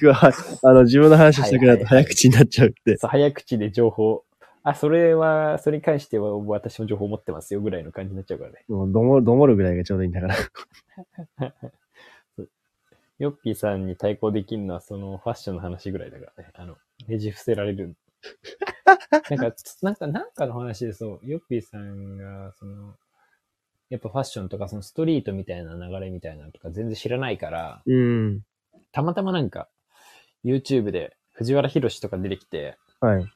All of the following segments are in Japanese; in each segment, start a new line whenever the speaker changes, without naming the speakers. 僕は、あの、自分の話したくなると
はいはいはい
早口になっちゃうって。
そう早口で情報、あ、それは、それに関しては私も情報持ってますよぐらいの感じになっちゃうからね。
もう、ども、どもるぐらいがちょうどいいんだから。
ヨッピーさんに対抗できるのはそのファッションの話ぐらいだからね。あの、ねじ伏せられ る。なんか、つなんか、なんかの話でそう、ヨッピーさんが、その、やっぱファッションとかそのストリートみたいな流れみたいなのとか全然知らないから、
うん。
たまたまなんか、YouTube で藤原宏とか出てきて、
はい。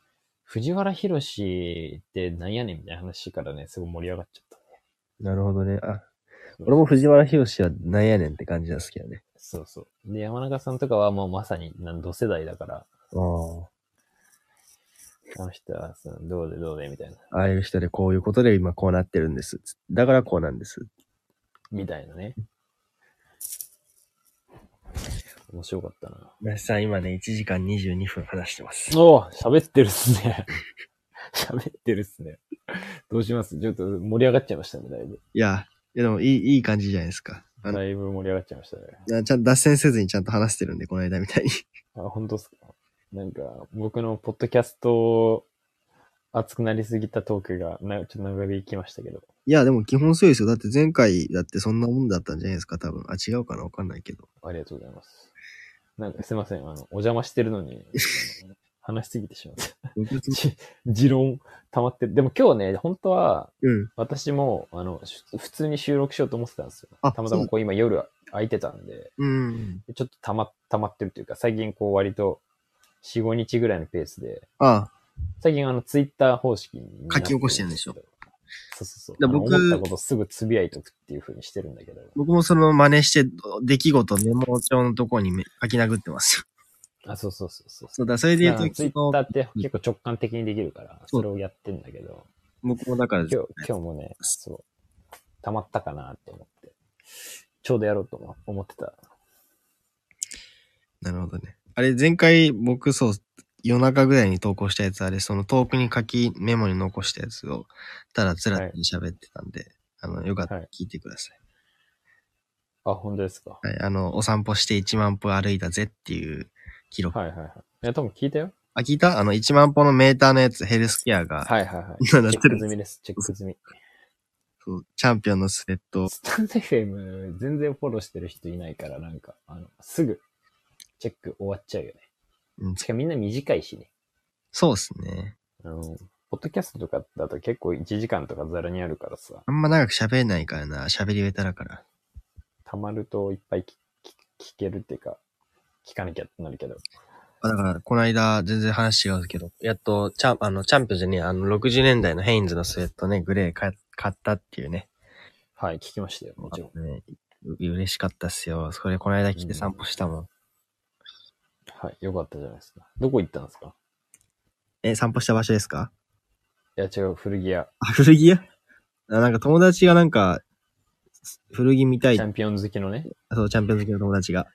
藤原宏ってなんやねんみたいな話からね、すごい盛り上がっちゃったね。
なるほどね。あ、
そう
俺も藤原宏はなんやねんって感じが好きだね。
そうそう。で、山中さんとかはもうまさになん同世代だから、
あ
あの人はそのどうでどうでみたいな、
あ。ああいう人でこういうことで今こうなってるんです。だからこうなんです。
みたいなね。面白かったな。
なしさん今ね、1時間22分話してます。
おお喋ってるっすね。 喋ってるっすね。どうしますちょっと盛り上がっちゃいましたね、だいぶ。
いや、いやでもいい、いい感じじゃないですか。あの
だいぶ盛り上がっちゃいましたね。
いやちゃんと脱線せずにちゃんと話してるんで、この間みたいに。
あ、本当っすかなんか、僕のポッドキャスト、熱くなりすぎたトークが、なちょっと長引きましたけど。
いや、でも基本そうですよ。だって前回だってそんなもんだったんじゃないですか、多分。あ、違うかなわかんない けど。
ありがとうございます。なんかすいません、あの、お邪魔してるのに、あの話しすぎてし まった。じ持論溜まってる。でも今日ね、本当は
うん。
私も、あの、し普通に収録しようと思ってたんですよ
あ。
たまたまこう今夜空いてたんで、
うん。
ちょっと溜ま溜まってるというか、最近こう割と4、5日ぐらいのペースで、
ああ。
最近あのツイッター方式にな
書き起こしてるんでしょ
そうそうそう。
だ
あ
から
の
僕
思ったことすぐつぶやいとくっていうふうにしてるんだけど。
僕もその真似して、出来事メモ帳のところにめ書き殴ってますよ。
あ、そうそうそうそう。
そうだ、それで言うと、
ツイッターって結構直感的にできるから、
そう
それをやってんだけど、
僕もだから、
今日、今日もね、そう、溜まったかなって思って、ちょうどやろうと思思ってた。
なるほどね。あれ、前回僕そう、夜中ぐらいに投稿したやつ、あれ、その遠くに書き、メモに残したやつを、ただつらつに喋ってたんで、あの、よかったら
はい
聞いてください。
あ、本当ですか。
はい、あの、お散歩して1万歩歩いたぜっていう記録。
はいはいはい。いや、多分聞いたよ。
あ、聞いたあの、1万歩のメーターのやつ、ヘルスケア が、
はいはいはい。チ
今な
ェ
って
ッ
る
ク済みです。チェック済み。
そうチャンピオンのスレッドを、
スタンド FM 全然フォローしてる人いないから、なんか、あの、すぐ、チェック終わっちゃうよね。
うん
しかもみんな短いしね。
そうですね。
あの、ポッドキャストとかだと結構1時間とかざらにあるからさ、
あんま長く喋れないからな、喋り下手だから。
溜まるといっぱい聞聞聞けるっていうか、聞かなきゃってなるけど。
あだから、この間、全然話違うけど、やっと、チャン、あの、チャンピオンじゃねえ、あの、60年代のヘインズのスウェットね、グレー買買ったっていうね。
はい、聞きましたよ、もちろん。
ねう嬉しかったっすよ。それ、この間来て
うん
散歩したもん。
はい、よかったじゃないですか。どこ行ったんですか
え、散歩した場所ですか
いや、違う、古着屋。
あ、古着屋あなんか友達がなんか、古着見た
チ
い
ャ、ンピオン好きのね、
そう、チャンピオン好きの友達が、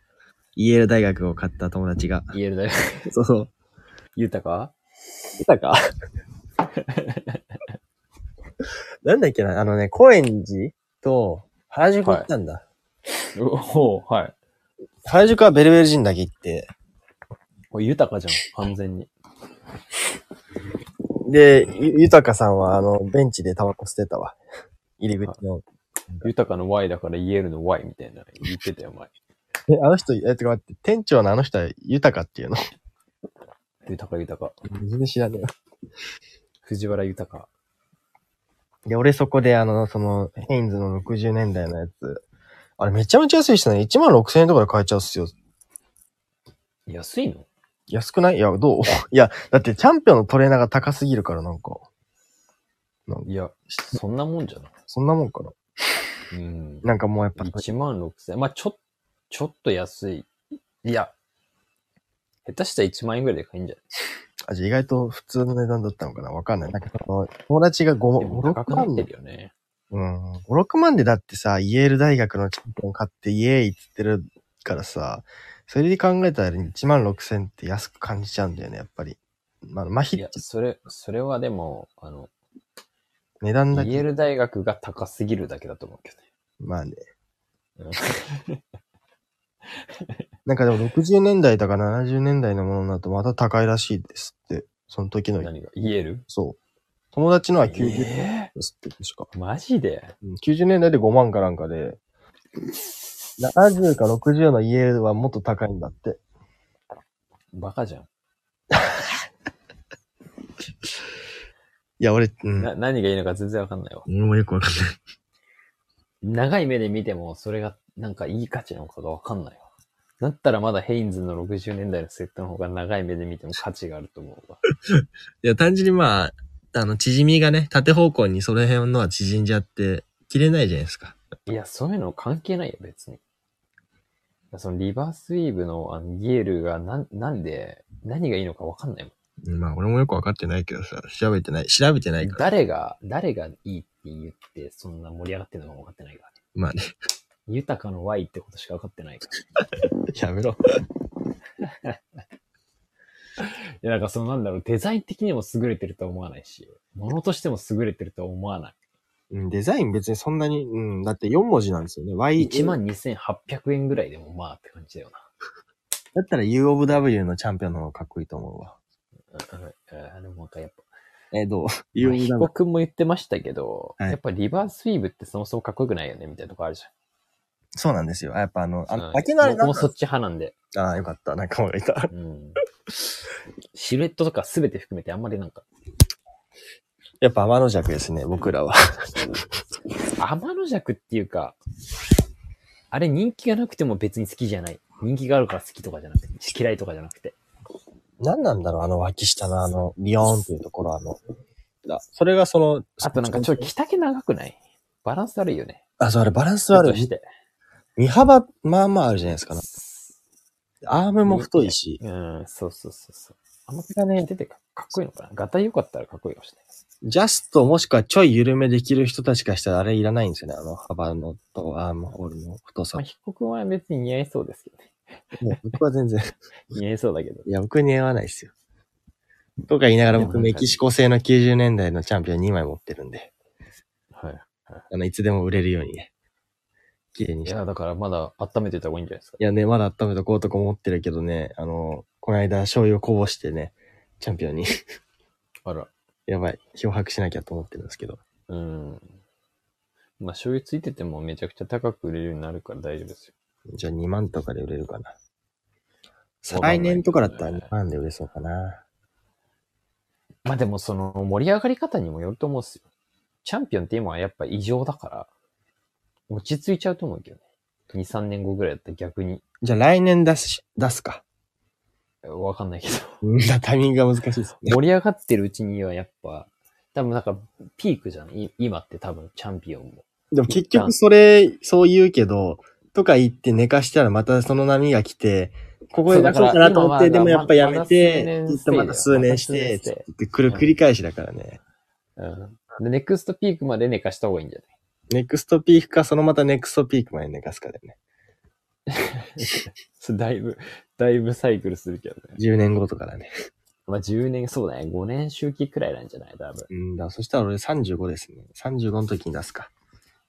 イエール大学を買った友達が、
イエール大学。
そうそう。
豊か豊か
なんだっけな、あのね、高円寺と原宿行ったんだ。
おおはい。
原宿はベルベル人だけ行って、
これ豊かじゃん、完全に。
で、ゆ豊かさんはあの、ベンチでタバコ捨てた わ。入り口の。
豊かの Y だからイエールの Y みたいな言ってたよ、前。
え、あの人、え、てか待って、店長のあの人は豊かっていうの
豊か豊か。
全然知らねえわ。
藤原豊か。
で、俺そこであの、その、ヘインズの60年代のやつ、あれめちゃめちゃ安いしたね。1万6000円とかで買えちゃうっすよ。
安いの
安くないいや、どう いや、だってチャンピオンのトレーナーが高すぎるからなんか、
いや、そんなもんじゃない。
そんなもんかな。
うん。
なんかもうやっぱ、
1万6千。まあ、ちょ、ちょっと安い。いや、下手したら1万円ぐらいで買えんじゃない
あじゃあ意外と普通の値段だったのかなわかんない。なんかその、友達が5、
でも
5 6
高くな
万
って
で
るよね。
うん。5、6万でだってさ、イエール大学のチャンピオン買ってイエーイっつってるからさ、それで考えたら1万6千って安く感じちゃうんだよね、やっぱり。まあ、まひ
い
っ
や、
ち
それ、それはでも、あの、
値段だ
イ
け。
エール大学が高すぎるだけだと思うけどね。
まあね。
うん
なんかでも60年代とか70年代のものになるとまた高いらしいですって。その時の、
何が言える
そう。友達のは90年代
え
ですって、確か。
ーマジで
うん90年代で5万かなんかで、70か60の家はもっと高いんだって。
バカじゃん。
いや、俺、うん。
な、何がいいのか全然わかんないわ。
俺もよくわかんない。
長い目で見ても、それがなんかいい価値なのかがわかんないわ。だったらまだヘインズの60年代のセットの方が長い目で見ても価値があると思うわ。
いや、単純にまあ、あの、縮みがね、縦方向にその辺のは縮んじゃって、切れないじゃないですか。
いや、そういうの関係ないよ、別に。そのリバースイーブのあのイエールがなん、なんで、何がいいのかわかんないもん。
うんまあ、俺もよくわかってないけどさ、調べてない、調べてないから。
誰が、誰がいいって言って、そんな盛り上がってるのか分かってないからね。
まあね、
豊かの Y ってことしか分かってないか ら。
やめろ。
いや、なんかそのなんだろう、デザイン的にも優れてるとは思わないし、ものとしても優れてるとは思わない。
うん、デザイン別にそんなに、うん、だって4文字なんですよね。Y。
12,800円ぐらいでもまあって感じだよ
だったら U of W のチャンピオンの方がかっこいいと思うわ。
な。うん、でもなんかやっぱ、
え、どう ?U
ま
of
あ、彦
W。
君も言ってましたけど、
はい
やっぱリバースイーブってそもそもかっこよくないよね、みたいなとこあるじ
そうなんですよ。あやっぱあの、
ゃ
あ
ん。
の、脇のあれ
僕
なん
も
だ
そっち派なんで。
ああ、よかった。仲間がいた。
うん。シルエットとか全て含めてあんまりなんか、
やっぱ天の弱ですね、僕らは。
天の弱っていうか、あれ人気がなくても別に好きじゃない。人気があるから好きとかじゃなくて、嫌いとかじゃなくて。
何なんだろう、あの脇下のあの、ビヨーンっていうところ、あの。だそれがその、
あとなんかちょっと着丈長くないバランス悪いよね。
あ、そう、あれバランス悪
と
い
し。て。
身幅、まあまああるじゃないですか、アームも太いし。
うん、そうそうそうそう。あの毛がね、出てかかっこいいのかなガタイ良かったらかっこいいかもしれない。
ジャストもしくはちょい緩めできる人たちからしたらあれいらないんですよね。あの幅のとアームホールの太さ
まあ、。被告は別に似合いそうですけどね。
もう僕は全然、
似合いそうだけど。
いや、僕に合わないですよ。とか言いながら
で
僕
もなん
メ
か
キシコ製の90年代のチャンピオン2枚持ってるんで、
はい。
あの、いつでも売れるようにね。綺麗に
い
して。い
や、だからまだ温めておいた方がいいんじゃないですか。
やね、まだ温めとこうとか思ってるけどね、あの、この間醤油をこぼしてね、チャンピオンに、
あら。
やばい、漂白しなきゃと思ってるんですけど。
うん。まあ、醤油ついててもめちゃくちゃ高く売れるようになるから大丈夫ですよ。
じゃあ2万とかで売れるかな。再
わかんない
来年とかだったら2万で売れそうかな。
まあでもその盛り上がり方にもよると思うんですよ。チャンピオンって今はやっぱ異常だから、落ち着いちゃうと思うけどね。2、3年後ぐらいだったら逆に、
じゃあ来年出すし、出すか。
わかんないけど。
うん、タイミングが難しいですね。
盛り上がってるうちにはやっぱ、多分なんかピークじゃん。い今って多分チャンピオンも。
でも結局それ、そう言うけど、とか言って寝かしたらまたその波が来て、ここで出そうかなと思っ
そ
て、
うだ
で
から
もやっぱやめて、
ま
ず
だ
っとまた数年し
また数
て、
年
つ
して
ってくる繰り返しだからね。
うん。で、ネクストピークまで寝かした方がいいんじゃない
ネクストピークか、そのまたネクストピークまで寝かすかだよね。
それ だいぶ、だいぶサイクルするけどね。
10年後とかだね。
まあ10年、そうだね。5年周期くらいなんじゃない多分。
うんだ、そしたら俺35ですね。35の時に出すか。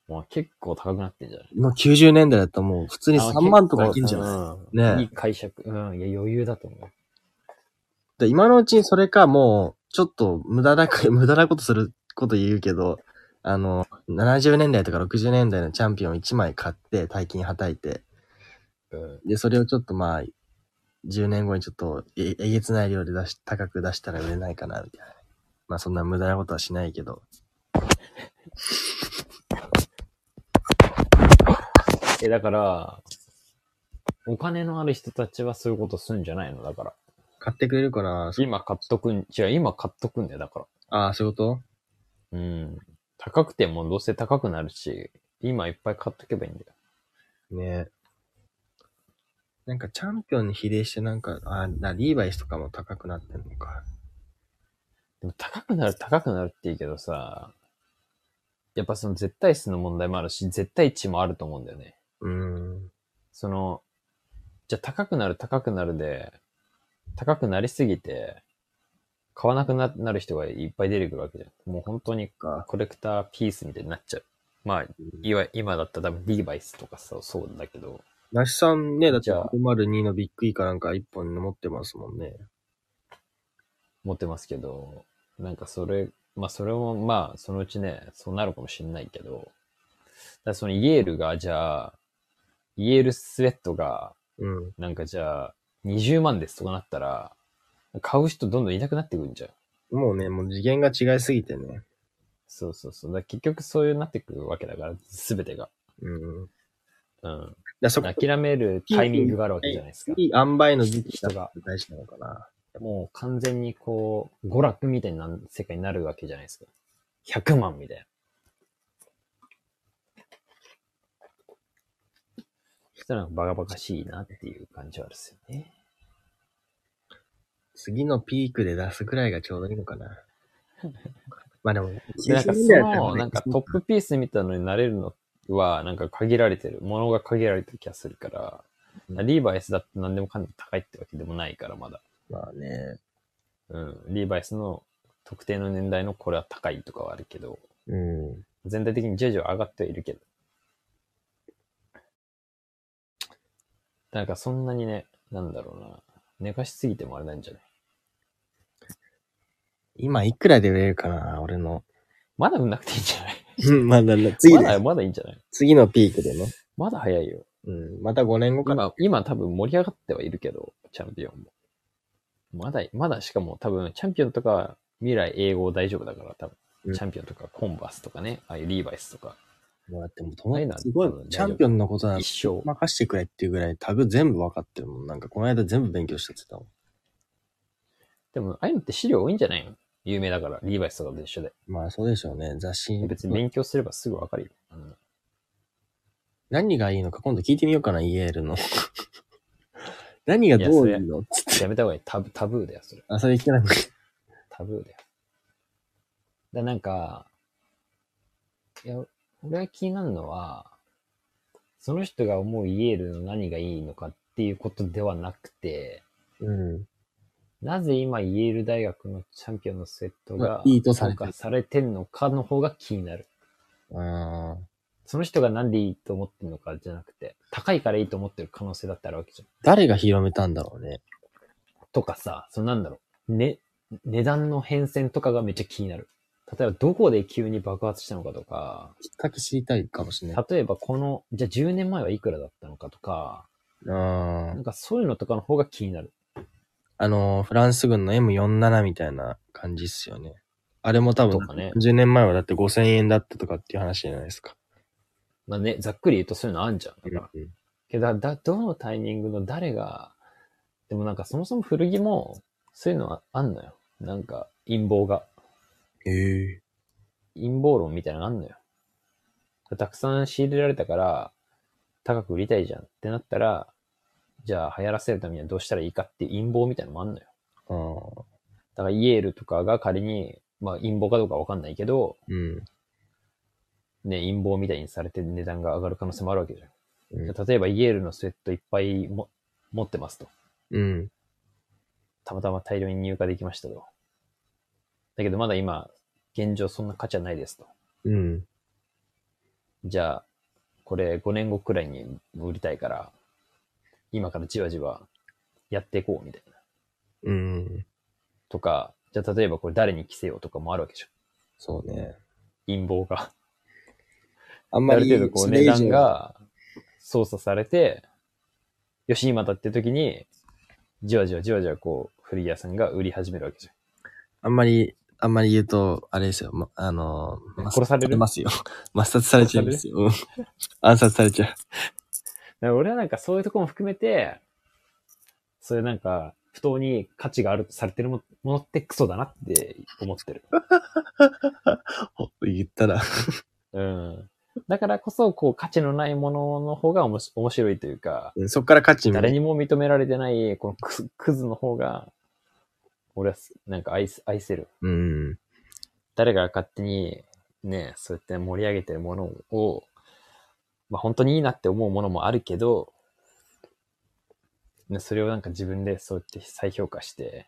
もう結構高くなってんじゃない
の90年代だともう普通に
あ
3万とかいけんじゃない
結構
ね
う
え
いい解釈。うん。いや、余裕だと思う。
で今のうちにそれかもう、ちょっと無駄なく、 無駄なことすること言うけど、あの、70年代とか60年代のチャンピオン1枚買って、大金はたいて、
うん。
で、それをちょっとまあ、10年後にちょっとええげつない量で出し、高く出したら売れないかな、みたいな。まあそんな無駄なことはしないけど。
え、だから、お金のある人たちはそういうことするんじゃないのだから。
買ってくれるかな
今買っとくん、違う、今買っとくんだよ、だか
ああ、そういうこと
ら。うん。高くてもどうせ高くなるし、今いっぱい買っとけばいいんだよ。
ねえ。なんかチャンピオンに比例してなんか、ああ、なリーバイスとかも高くなってんのか。
でも高くなる、高くなるって言うけどさ、やっぱその絶対数の問題もあるし、絶対値もあると思うんだよね。
うーん。
その、じゃあ高くなる高くなるで、高くなりすぎて、買わなくななる人がいっぱい出てくるわけじゃん。もう本当に
か
コレクターピースみたいになっちゃう。まあ、いわ今だったら多分リーバイスとかさ、そうだけど、
なしさんね、だって
じゃあ
502のビッグイかなんか一本持ってますもんね。
持ってますけど、なんかそれ、まあそれもまあそのうちね、そうなるかもしれないけど、だからそのイエールがじゃあ、イエールスウェットが
うん。
なんかじゃあ20万ですとかなったら、買う人どんどんいなくなってくるんじゃん。
もうね、もう次元が違いすぎてね。
そうそうそう。だから結局そういうなってくるわけだから、すべてが。
うん。だか
うん。
らそこ、
諦めるタイミングがあるわけじゃないですか。
いい塩梅の時期
人が
が大事なのかな。
もう完全にこう、娯楽みたいな世界になるわけじゃないですか。100万みたいな。そしたらバカバカしいなっていう感じはあるですよね。
次のピークで出すくらいがちょうどいいの かな。まあでも、
でなんかその、なんかトップピースみたいなのになれるのは、なんか限られてる、ものが限られてる気がするか
う
ら、
ん
リーバイスだって何でもかんでも高いってわけでもないから、まだ。
まあね。
うん。リーバイスの特定の年代のこれは高いとかはあるけど、
うん。
全体的に徐々上がってはいるけど。なんかそんなにね、なんだろうな。寝かしすぎてもあれなんじゃない
今いくらで売れるかな、俺の。
まだ売んなくていいんじゃない
まあなんだ次
ま
で
だ、
す、
まだいいんじゃない
次のピークでね。
まだ早いよ。
うん。また5年後かな。
今、今多分盛り上がってはいるけど、チャンピオンも。まだ、まだしかも多分、チャンピオンとか未来英語大丈夫だから、多分。
うん
チャンピオンとかコンバースとかね、ああいうリーバイスとか、
もうだってもう
ない
友
な
達すごい
多分大丈、夫
チャンピオンのことなんて
一生。
任してくれっていうぐらいタグ全部分かってるもん。なんかこの間全部勉強したって言って
でも、ああいうのって資料多いんじゃないの有名だから、リーバイスとかと一緒で。
たもん。まあそうでしょうね。雑誌。
別に勉強すればすぐわかるよ。うん
何がいいのか今度聞いてみようかな、イエー ルの。何がどういいのつって。
やめた方がいい。タブ、タブーだよ、それ。
あ、それ聞けなくて。
タブーだよ。だなんか、いや、俺が気になるのは、その人が思うイエールの何がいいのかっていうことではなくて、
うん。
なぜ今イエール大学のチャンピオンのスウェット
まあ
が
いいとされてる
評価されてるのかの方が気になる。
あー
その人がなんでいいと思ってるのかじゃなくて、高いからいいと思ってる可能性だってあるわけじゃん。
誰が広めたんだろうね。
とかさ、そのなんだろう、ね、値段の変遷とかがめっちゃ気になる。例えばどこで急に爆発したのかとか、
きっかけ知りたいかもしれない。
例えばこの、じゃあ10年前はいくらだったのかとか、
あ
な
ー
んかそういうのとかの方が気になる。
あのー、フランス軍の M47 みたいな感じっすよね。あれも多分
とか、ね
10年前はだって5000円だったとかっていう話じゃないですか。
まあね、ざっくり言うとそういうのあんじゃん。だから。
うん
けど、だ、どのタイミングの誰が、でもなんかそもそも古着も、そういうのはあんのよ。なんか陰謀が。
へえ
陰謀論みたいなのがあんのよ。たくさん仕入れられたから、高く売りたいじゃんってなったら、じゃあ流行らせるためにはどうしたらいいかっていう陰謀みたいなのもあんのよ。
ああ。
だからイエールとかが仮に、まあ陰謀かどうかわかんないけど、
うん。
ね、陰謀みたいにされて値段が上がる可能性もあるわけじゃん。
うん
例えばイエールのスウェットいっぱいも持ってますと。
うん。
たまたま大量に入荷できましたと。だけどまだ今、現状そんな価値はないですと。
うん。
じゃあ、これ5年後くらいに売りたいから、今からじわじわやっていこうみたいな。
うん。
とか、じゃあ例えばこれ誰に着せようとかもあるわけじ
そうね。
ゃん。陰謀が。
あん
あ
ま
る
り
程度こう
それ
値
以上、
段が操作されて、よし、今だって時に、じわじわじわじわこう、古着屋さんが売り始めるわけじ
あんまり、あんまり言うと、あれですよ、ま、あのー、
殺される
抹殺ますよ。 抹殺されちゃうんですよ。うん暗殺されちゃ
ゃん。俺はなんかそういうとこも含めて、そういうなんか、不当に価値があるとされてるもものってクソだなって思ってる。
う。言ったら。
うん。だからこそ、こう、価値のないものの方がおもし面白いというか、
うん そっから価値
誰
に
にも認められてない、このクズクズの方が、俺はすなんか愛す愛せる。
うん。
誰かが勝手にね、そうやって盛り上げてるものを、まあ本当にいいなって思うものもあるけど、ねそれをなんか自分でそうやって再評価して、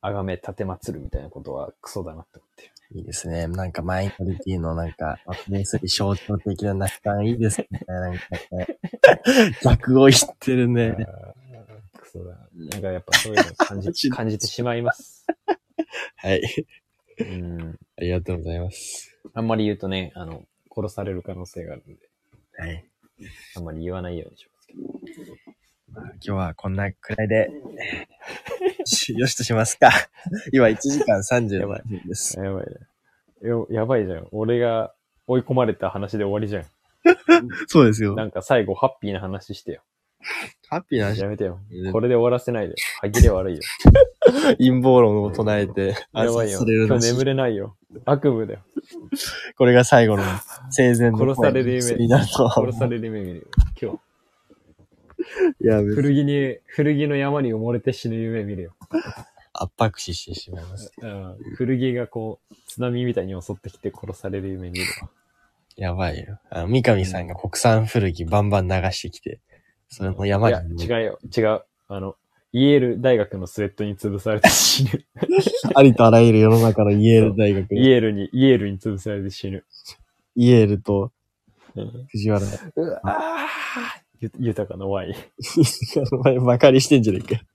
あがめ立てまつるみたいなことはクソだなって思ってる。
いいですね。なんかマイノリティのなんか、わかりやすい象徴的ななんかいいですね。 なんかね。逆を言ってる
あ
ね。
ークソだ。なんかやっぱそういうの 感
マジ
じ、
で
感じてしまいます。
はい。
うん。
ありがとうございます。
あんまり言うとね、あの、殺される可能性があるんで、
はい。
あんまり言わないようにしますけど。
まあ、今日はこんなくらいで、しよしとしますか。今1時間30分 です。
やばいね。よやばいじゃん。俺が追い込まれた話で終わりじゃ
そうですよ
ん。なんか最後ハッピーな話してよ。
ハッピーな話
やめてよ
うん。
これで終わらせないで。歯切れ悪いよ。
陰謀論を唱えて、
やばいよ。
暗殺される
今
ら
日
しい
眠れないよ。悪夢だよ。
これが最 後の生前の
殺される
声
夢
になるとは思う
殺される夢見るよ。今日。
いや、別に
古着に、古着の山に埋もれて死ぬ夢見るよ。
圧迫死してしまいます。
うん古着がこう、津波みたいに襲ってきて殺される夢見るわ。
やばいよ。あの、三上さんが国産古着バンバン流してきて、それも山
い
に
や、違うよ。違う。あの、イエール大学のスウェットに潰されて死ぬ。
ありとあらゆる世の中のイエール大学、
イエールに、イエールに潰されて死ぬ。
イエールと
うん
藤原
うわあゆ豊かなワイン。
お前ばかりしてんじゃねえか。い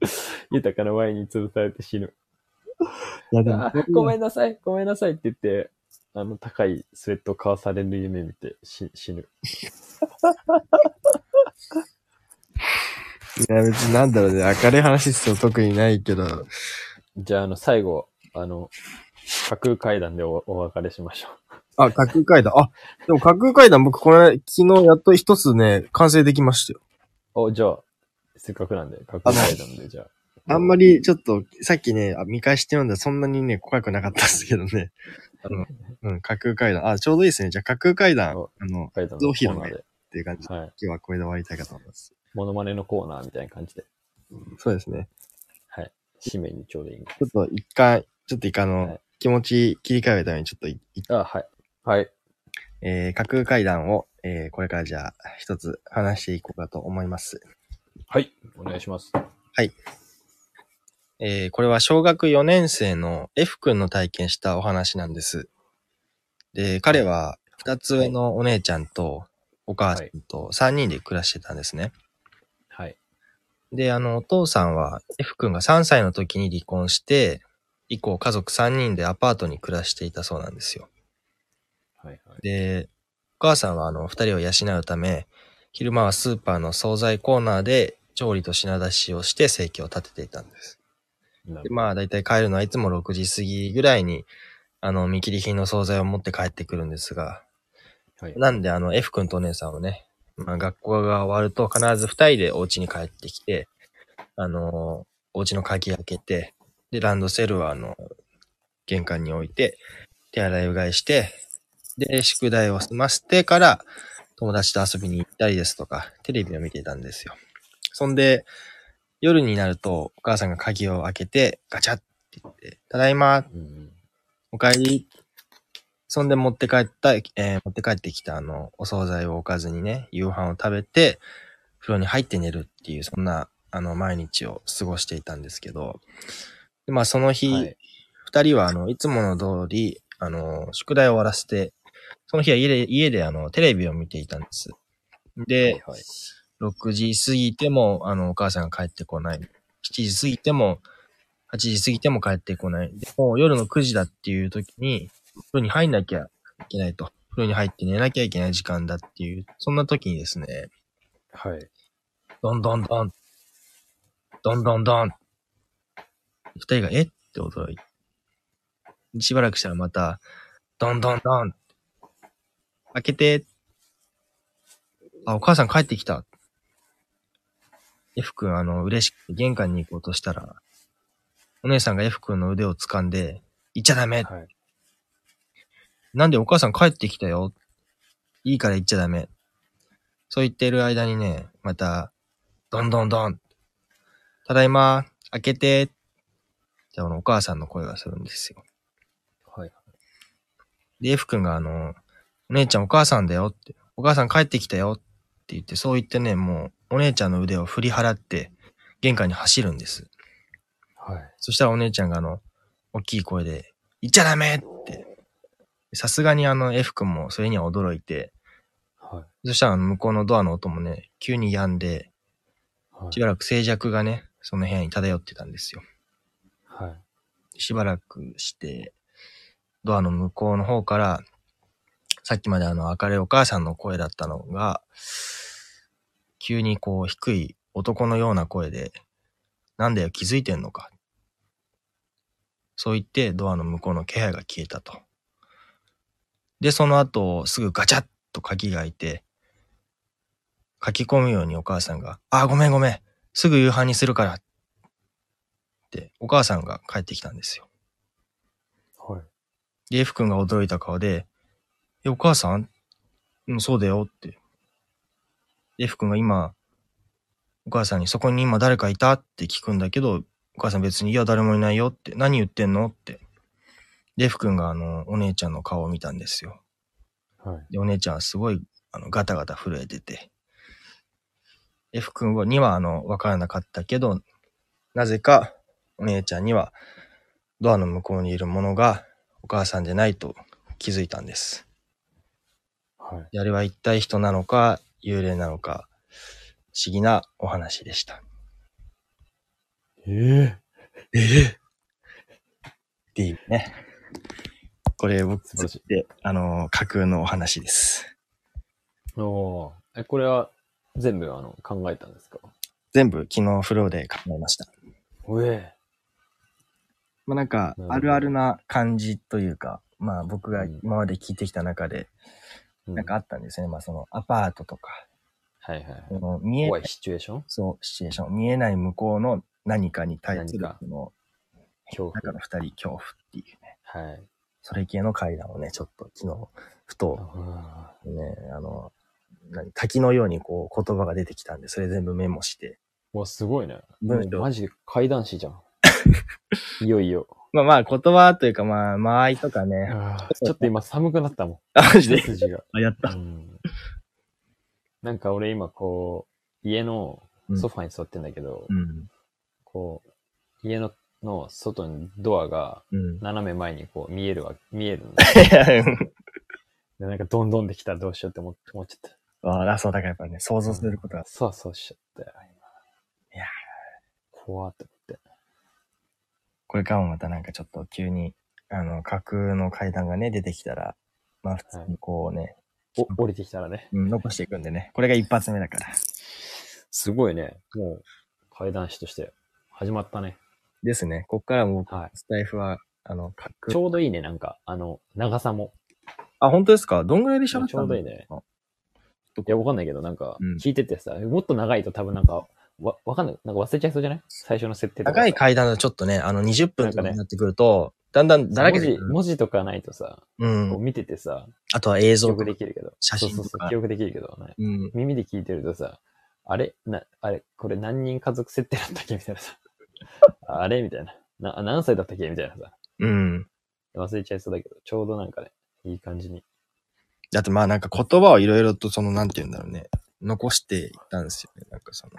豊かなワインに潰されて死ぬ。
やでも
あ、ごめんなさい、ごめんなさいって言って、あの、高いスウェットを買わされる夢見てし死ぬ。
いや別になんだろうね、明るい話っすよ、特にないけど。
じゃあ、あの、最後、あの、架空階段でおお別れしましょ
あ、架空階段。あ、でも架空階段僕これ、昨日やっと一つね、完成できましたよ。
う。お、じゃあ、せっかくなんで、架空階段で、じゃあ。
あんまりちょっと、さっきね、あ見返して読んだらそんなにね、怖くなかったんですけどね。あの、うん、架空階段。あ、ちょうどいいですね。じゃあ架空階段、
お
あの、っ
階段のコーナーで。
ていう感じで、
はい。
今日はこれで終わりたいかと思います。
モノマネのコーナーみたいな感じで、
そうですね。
はい。締めにちょうどいいんで
ちょっと一回、ちょっと一回あの、
はい
気持ち切り替えるためにちょっといい
あ、はい。はい。
えー、架空階段を、えー、これからじゃあ一つ話していこうかと思います。
はい。お願いします。
えー、これは小学4年生の F 君の体験したお話なんです。で、彼は2つ上のお姉ちゃんとお母さんと3人で暮らしてたんですね。
はい。
で、あの、お父さんは F 君が3歳の時に離婚して、以降家族3人でアパートに暮らしていたそうなんですよ。
はい。はい。
で、お母さんはあの、二人を養うため、昼間はスーパーの惣菜コーナーで調理と品出しをして生計を立てていたんです。
な
で、
る
まあ、だいたい帰るのはいつも6時過ぎぐらいに、あの、見切り品の惣菜を持って帰ってくるんですが、
はい。
なんであの、F 君とお姉さんはね、まあ、学校が終わると必ず二人でお家に帰ってきて、あの、お家の鍵開けて、で、ランドセルはあの、玄関に置いて、手洗いうがいして、で、宿題を済ませてから、友達と遊びに行ったりですとか、テレビを見ていたんですよ。そんで、夜になると、お母さんが鍵を開けて、ガチャって言って、ただいま
うん。
おかえり。そんで持って帰った、えー持って帰ってきたあの、お惣菜をおかずにね、夕飯を食べて、風呂に入って寝るっていう、そんな、あの、毎日を過ごしていたんですけど、でまあ、その日、二、
はい
人は、あの、いつもの通り、あの、宿題を終わらせて、その日は家で、家で、あの、テレビを見ていたんです。で、
はいはい
6時過ぎても、あの、お母さんが帰ってこない。7時過ぎても、8時過ぎても帰ってこない。でもう夜の9時だっていう時に、風呂に入んなきゃいけないと。風呂に入って寝なきゃいけない時間だっていう、そんな時にですね、
はい。
どんどんどん、どんどんどん、二人がえって驚いて、しばらくしたらまた、どんどんどん、開けて、あ、お母さん帰ってきた。F 君、あの、嬉しくて玄関に行こうとしたら、お姉さんが F 君の腕を掴んで、行っちゃダメ
はい。
なんでお母さん帰ってきたよ。いいから行っちゃダメ。そう言っている間にね、また、どんどんどん。ただいま、開けて。じゃあ、お母さんの声がするんですよ。
はい。
で、F 君があの、お姉ちゃんお母さんだよって、お母さん帰ってきたよって言って、そう言ってね、もう、お姉ちゃんの腕を振り払って、玄関に走るんです。
はい。
そしたらお姉ちゃんがあの、大きい声で、行っちゃダメってさすがにあの F 君もそれには驚いて、
はい。
そしたらあの向こうのドアの音もね、急に止んで、
は
し
い。
ばらく静寂がね、その部屋に漂ってたんですよ。
はい。
しばらくして、ドアの向こうの方から、さっきまであの明るいお母さんの声だったのが、急にこう低い男のような声で、なんだよ気づいてんのか。そう言ってドアの向こうの気配が消えたと。で、その後すぐガチャッと鍵が開いて、書き込むようにお母さんが、あ、ごめんごめん。すぐ夕飯にするから。って、お母さんが帰ってきたんですよ。
はい。
で、F 君が驚いた顔で、え、お母さんうん、そうだよって。で F 君が今、お母さんに、そこに今誰かいたって聞くんだけど、お母さん別に、いや、誰もいないよって、何言ってんのって。で、F 君があの、お姉ちゃんの顔を見たんですよ。
はい。
で、お姉ちゃんはすごい、あの、ガタガタ震えてて。F 君はには、あの、わからなかったけど、なぜか、お姉ちゃんには、ドアの向こうにいるものが、お母さんじゃないと気づいたんです。
はい。
であれは一体人なのか、幽霊なのか、不思議なお話でした。
ええ
ええっていうね。これ、僕
素晴らしい
で、あの、架空のお話です。
おおー。え、これは全部あの考えたんですか
全部、昨日フローで考えました。
うえ。
まあなんか
なるほ、ど
あるあるな感じというか、まあ僕が
うん
今まで聞いてきた中で、
う
なんかあったんですよね。まあそのアパートとか、
はいはいはい。
その見え
怖いシチュエーション
そう、シチュエーション、見えない向こうの何かに対する
何か、
その、
恐
中の二人恐怖っていうね、
怖。はい。
それ系の会談をね、ちょっと昨日、ふと、
あー
ね、あの、何滝のようにこう言葉が出てきたんで、それ全部メモして。
うわ、すごいね。
文章
マジで怪談師じゃ ん。いよいよ。
まあまあ言葉というかまあ、間合いとかね。
ちょっと今寒くなったもん。
あ、 マジ
背
で。
筋が。
あ、やっ
う
た。
んなんか俺今こう、家のソファに座ってんだけど、
うん。
こう、家のの外にドアが
うん。
斜め前にこう見えるわ、見えるんだ でなんかどんどんできたらどうしようって思っ思っちゃっ
ああ、そう、だからやっぱね、想
た。
像することが
そうそうしちゃったよ、今。
いやー
怖って思って。
これからもまたなんかちょっと急に、あの、架空の階段がね、出てきたら、まあ普通にこうね、
お降りてきたらね。
うん残していくんでね、これが一発目だから。
すごいね。もう、怪談師として始まったね。
ですね。こっからも僕、
はい。
スタイフは、あの、架
ち
空。
ょうどいいね、なんか、あの、長さも。
あ、本当ですかどんぐらいで
ちょ
喋った
うどいい
ね。
ね。
どこ
いや、わかんないけど、なんか
うん、
聞いててさ、もっと長いと多分なんか、わ、わかんない。なんか忘れちゃいそうじゃない最初の設定とかさ。
長い階段だとちょっとね、あの、20分とか
なんかね
になってくると、だんだんだらけ
文
て
字、
くる。
文字とかないとさ、
う。
こうん見ててさ、
あとは映
記
像と
憶
か
で。きるけど。
写真とか
そうそうそう、記憶できるけどね。
うん。
耳で聞いてるとさ、あれな、あれこれ何人家族設定だったっけみたいな さ。あれみたいな。な、何歳だったっけみたいなさ。
うん。
忘れちゃいそうだけど、ちょうどなんかね、いい感じに。
だってまあなんか言葉をいろいろとその、なんて言うんだろうね、残していったんですよね。なんかその、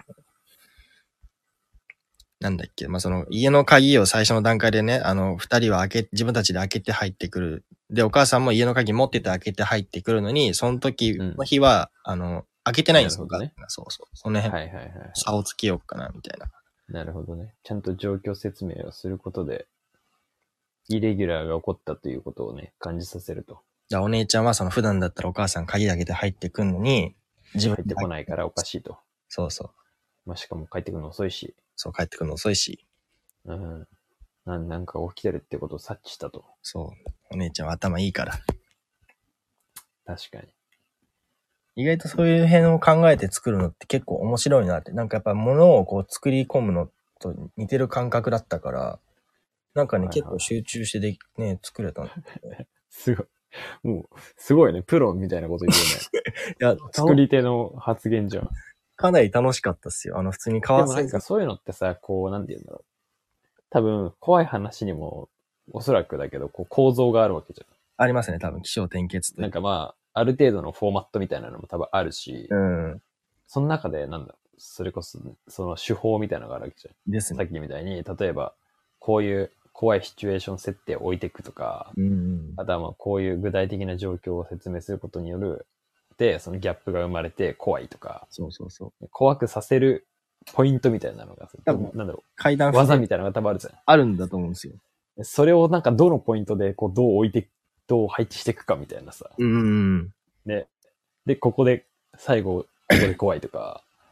なんだっけ、まあその家の鍵を最初の段階でね、あの、二人は開け、自分たちで開けて入ってくる。で、お母さんも家の鍵持ってて開けて入ってくるのに、その時、
うん
の日は、あの、開けてないんですよ、
なるほどね
お母さんがそうそう。その
はい
辺、
はいはいはい。
差をつけようかな、みたいな。
なるほどね。ちゃんと状況説明をすることで、イレギュラーが起こったということをね、感じさせると。
じゃあお姉ちゃんはその普段だったらお母さん鍵開けて入ってくるのに、自分
帰ってこないからおか
い。
しいと。
そうそう。
まあ、しかも帰ってくるの遅いし、
そう帰ってくるの遅いし、
うん。なんなんか起きてるってことを察知したと。
そう。お姉ちゃんは頭いいから。
確かに。
意外とそういう辺を考えて作るのって結構面白いなって。なんかやっぱ物をこう作り込むのと似てる感覚だったから、なんかね、
はいはい
結構集中してでき、ね、作れたの。い
すごい。もう、すごいね。プロみたいなこと言うよね。
や、
作り手の発言じゃん。で
かなり楽しかったっすよ。あの、普通に川
もな
崎
んかそういうのってさ、こう、なんて言うんだろう。多分、怖い話にも、おそらくだけど、こう構造があるわけじゃ
ありますね、多分。気象転結
ん。
とい
な
う
ん
か。
かまあ、ある程度のフォーマットみたいなのも多分あるし、
うん。
その中で、なんだ、それこそ、その手法みたいなのがあるわけじゃん。
です
さ
ね。
っきみたいに、例えば、こういう、怖いシチュエーション設定を置いていくとか、
うんうん。
あとはまあこういう具体的な状況を説明することによる、で、そのギャップが生まれて怖いとか、
そうそうそう。
怖くさせるポイントみたいなのが、
多分
なんだろ
階
う、
段
技みたいなのが多分あるじゃん。
あるんだと思うんですよ。
それをなんかどのポイントでこうどう置いて、どう配置していくかみたいなさ。
うんうん
で、で、ここで最後、ここで怖いとか、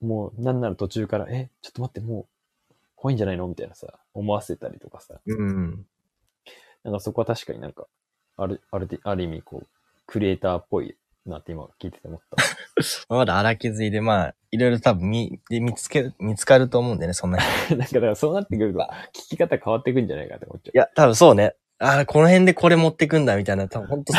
もうなんなら途中から、え、ちょっと待って、もう怖いんじゃないのみたいなさ、思わせたりとかさ。
うん。うんうん。
なんかそこは確かになんか、ある、あるで、ある意味こう、クリエイターっぽいなって今聞いてて思った。
まあまだ荒削りで、まあ、いろいろ多分見、で見つけ、見つかると思うんでね、そんな人。い
なんかだからそうなってくると、聞き方変わってくんじゃないかって思っちゃう。
や、多分そうね。ああ、この辺でこれ持ってくんだ、みたいな、多分ほんと、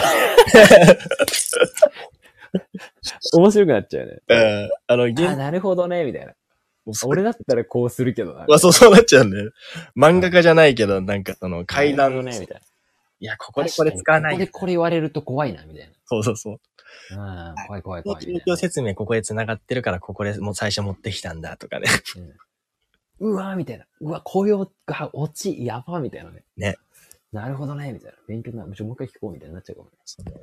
面白くなっちゃうよね。
うん。あの、
あ、なるほどね、みたいな。俺だったらこうするけどな。
まあ、そう、そうなっちゃうんだよね。漫画家じゃないけど、なんかその階段
な
の
るほどね、
ね
み、たいな。
いや、ここでこれ使わない
ここでこれ言われると怖いな、みたい
そうそうそう。
な。うん、怖い怖い
こ
怖
の
い
状
みたい
況説明ここで繋がってるから、ここでもう最初持ってきたんだとかね。
な。うんうわーみたいな。うわ、紅葉が落ち、やばみたいなね。
ね。
なるほどね、みたいな。勉強になる。ちょもう一回聞こう、みたいになっちゃうかもね。
そのい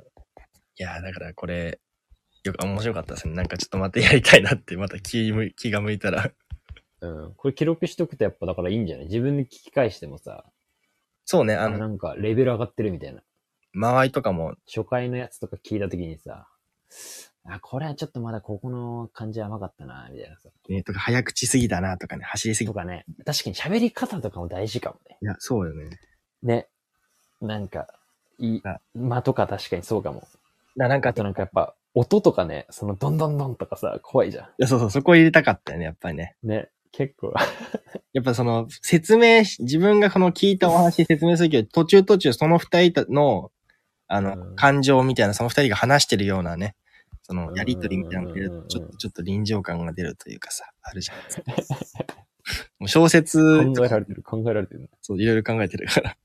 やー、だからこれ、よく面白かったですね。なんかちょっとまたやりたいなって、また 気む気が向いたら。
うん。これ記録しとくとやっぱだからいいんじゃない自分で聞き返してもさ、
そうね、
あ
あの、
なんかレベル上がってるみたいな。
間合いとかも、
初回のやつとか聞いたときにさ、あ、これはちょっとまだここの感じ甘かったな、みたいなさ。
ね、とか早口すぎだなとかね、走りすぎ
とかね、確かに喋り方とかも大事かもね。
いや、そうよね。
ね。なんか、い
あ、
間とか確かにそうかも。
だなんか、
あとなんかやっぱ、音とかね、そのどんどんどんとかさ、怖いじゃ
いやそうそう、そこ入れたかったよね、やっぱりね。
ん。ね。結構、
やっぱその、説明し、自分がこの聞いたお話説明するけど、途中途中その二人の、あの、
うん
感情みたいな、その二人が話してるようなね、そ
うんうんうんう
の、
ん
やりとりみたいなのが出るとちょっと、ちょっと臨場感が出るというかさ、あるじゃ ないですか。もう小説と
考え
から
れてる、考えられてる。
そういろいろ考えてるから、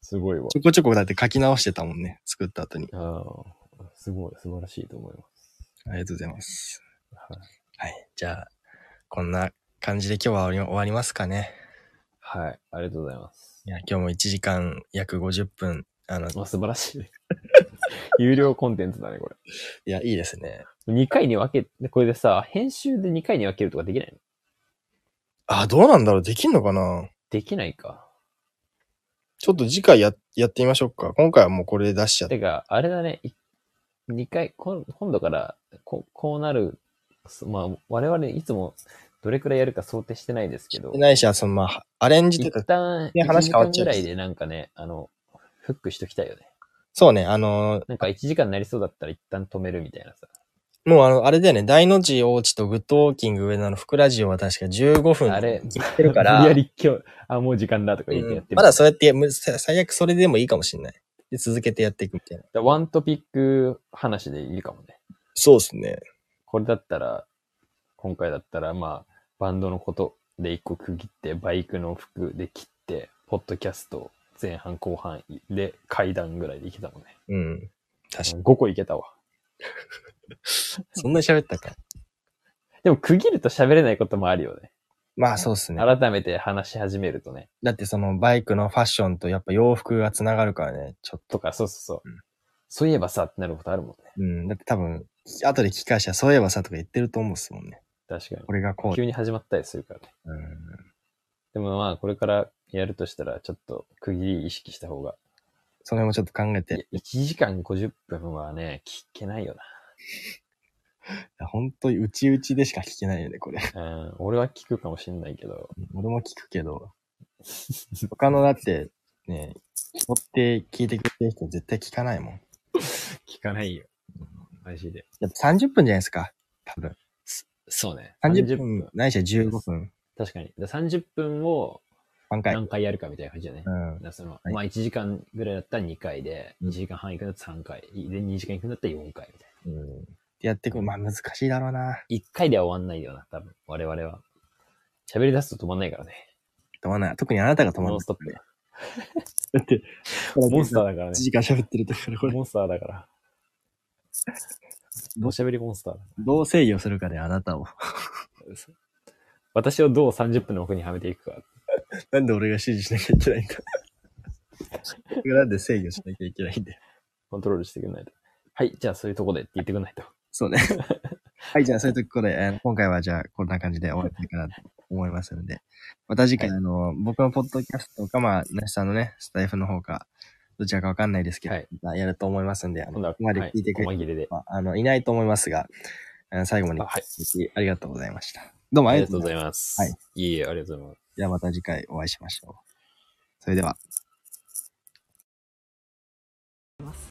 すごいわ
ち。ょこちょこだって書き直してたもんね、作った後に。
ああ、すごい、素晴らしいと思います。
ありがとうございます。
はい
はい。じゃあ、こんな感じで今日は終わり終わりますかね。
はい、ありがとうございます。
いや、今日も1時間約50分、あの、い
あ素晴らしい。 有料コンテンツだね、こ
や、いいですね。
れ。2回に分け、でこれでさ、編集で2回に分けるとかできないの
あ、どうなんだろうできんのかな
できないか。
ちょっと次回や、やってみましょうか。今回はもうこれで出しちゃって。
てか、あれだね、2回、こん今度からこ、こうなる、そまあ、我々いつもどれくらいやるか想定してないですけど、
ないし、あその、まあ、アレンジと
一
いうか、
旦、
ね
1
話
時
変わ
間
っちゃ
ぐ
うし
らいでなんかね、あの、フックしときたいよね。
そうね、あの
なんか1時間になりそうだったら一旦止めるみたいなさ。
ー、もうあの、あれだよね、大の字大地とグッドウォーキング上野のふくラジオは確か15分
あれ
切ってるから、
無理やり今日、あ、もう時間だとか
う
言ってや
ん
ってる
まだそうやって、むさ最悪それでもいいかもしれない。で、続けてやっていくみたいな。
ワントピック話でいいかもね。
そうですね。
これだったら、今回だったら、まあ、バンドのことで一個区切って、バイクの服で切って、ポッドキャスト前半後半で階段ぐらいでいけたもんね。
うん。確かに。
5個いけたわ。
そんなに喋ったか。
でも区切ると喋れないこともあるよね。
まあそうですね。
改めて話し始めるとね。
だってそのバイクのファッションとやっぱ洋服がつながるからね、ちょっと。
とか、そうそうそう。
うん
そういえばさってなることあるもんね。
うん。だって多分、後で聞き返したらそういえばさとか言ってると思うっすもんね。
確かに
こ。れがこう。
急に始まったりするからね。
うん
でもまあ、これからやるとしたら、ちょっと区切り意識した方が
その辺もちょっと考えて、い
いや1時間50分はね、聞けないよ
や本当にうちうちでしか聞けないよね、これ。
な。うん、俺は聞くかもしんないけど。
俺も聞くけ ど。他のだって、ね、追って聞いてくれてる人絶対聞かないもん。
聞かないよ。マジで。
だって30分じゃないですか、多分。
そうね。
30分、ないしは15分、
確かに。だ30分を
半回。
何回やるかみたいな感じだね。
う
だか
ん。
らその
い
まあ1時間ぐらいだったら2回で、
うん
1時間半行くんだったら3回、で2時間行くんだったら4回みたい
うん。ってやってくる。まあ難しいだろうな。
な。1回では終わんないよな、多分。我々は。喋り出すと止まんないからね。
止まんない。特にあなたが止まんな
ノ
い
ンストップ。
だって、
モンスターだ か
1
らね。
時間喋ってるだから、これ。
モンスターだから。おしゃべりモンスターだ。
どう制御するかで、あなたを。
私をどう30分の奥にはめていくか。
なんで俺が指示しなきゃいけないんだ なんで制御しなきゃいけないんだよ。
コントロールしてくんないと。はい、じゃあそういうとこでって言ってくんないと。
そう ね。はい、じゃあそういうところで、あの今回はじゃあこんな感じで終わりたいかなと思いますので、また次回、あの、僕のポッドキャストか、まあ、なしさんのね、スタイフの方か、どちらかわかんないですけど、
はい
まあやると思いますんで、あの、
今度は
ここまで聞いてくれ
は
て
い、細切れで。
まあ、あの、いないと思いますが、あの最後まで
あはい
聞きありがとうございました。どうもあ
あ
り
り
が
が
と
と
う
う
ござい
ござい
ま
ます。
はい
いえいえ、ありがとうございます。
す。ではまた次回お会いしましょう。それでは。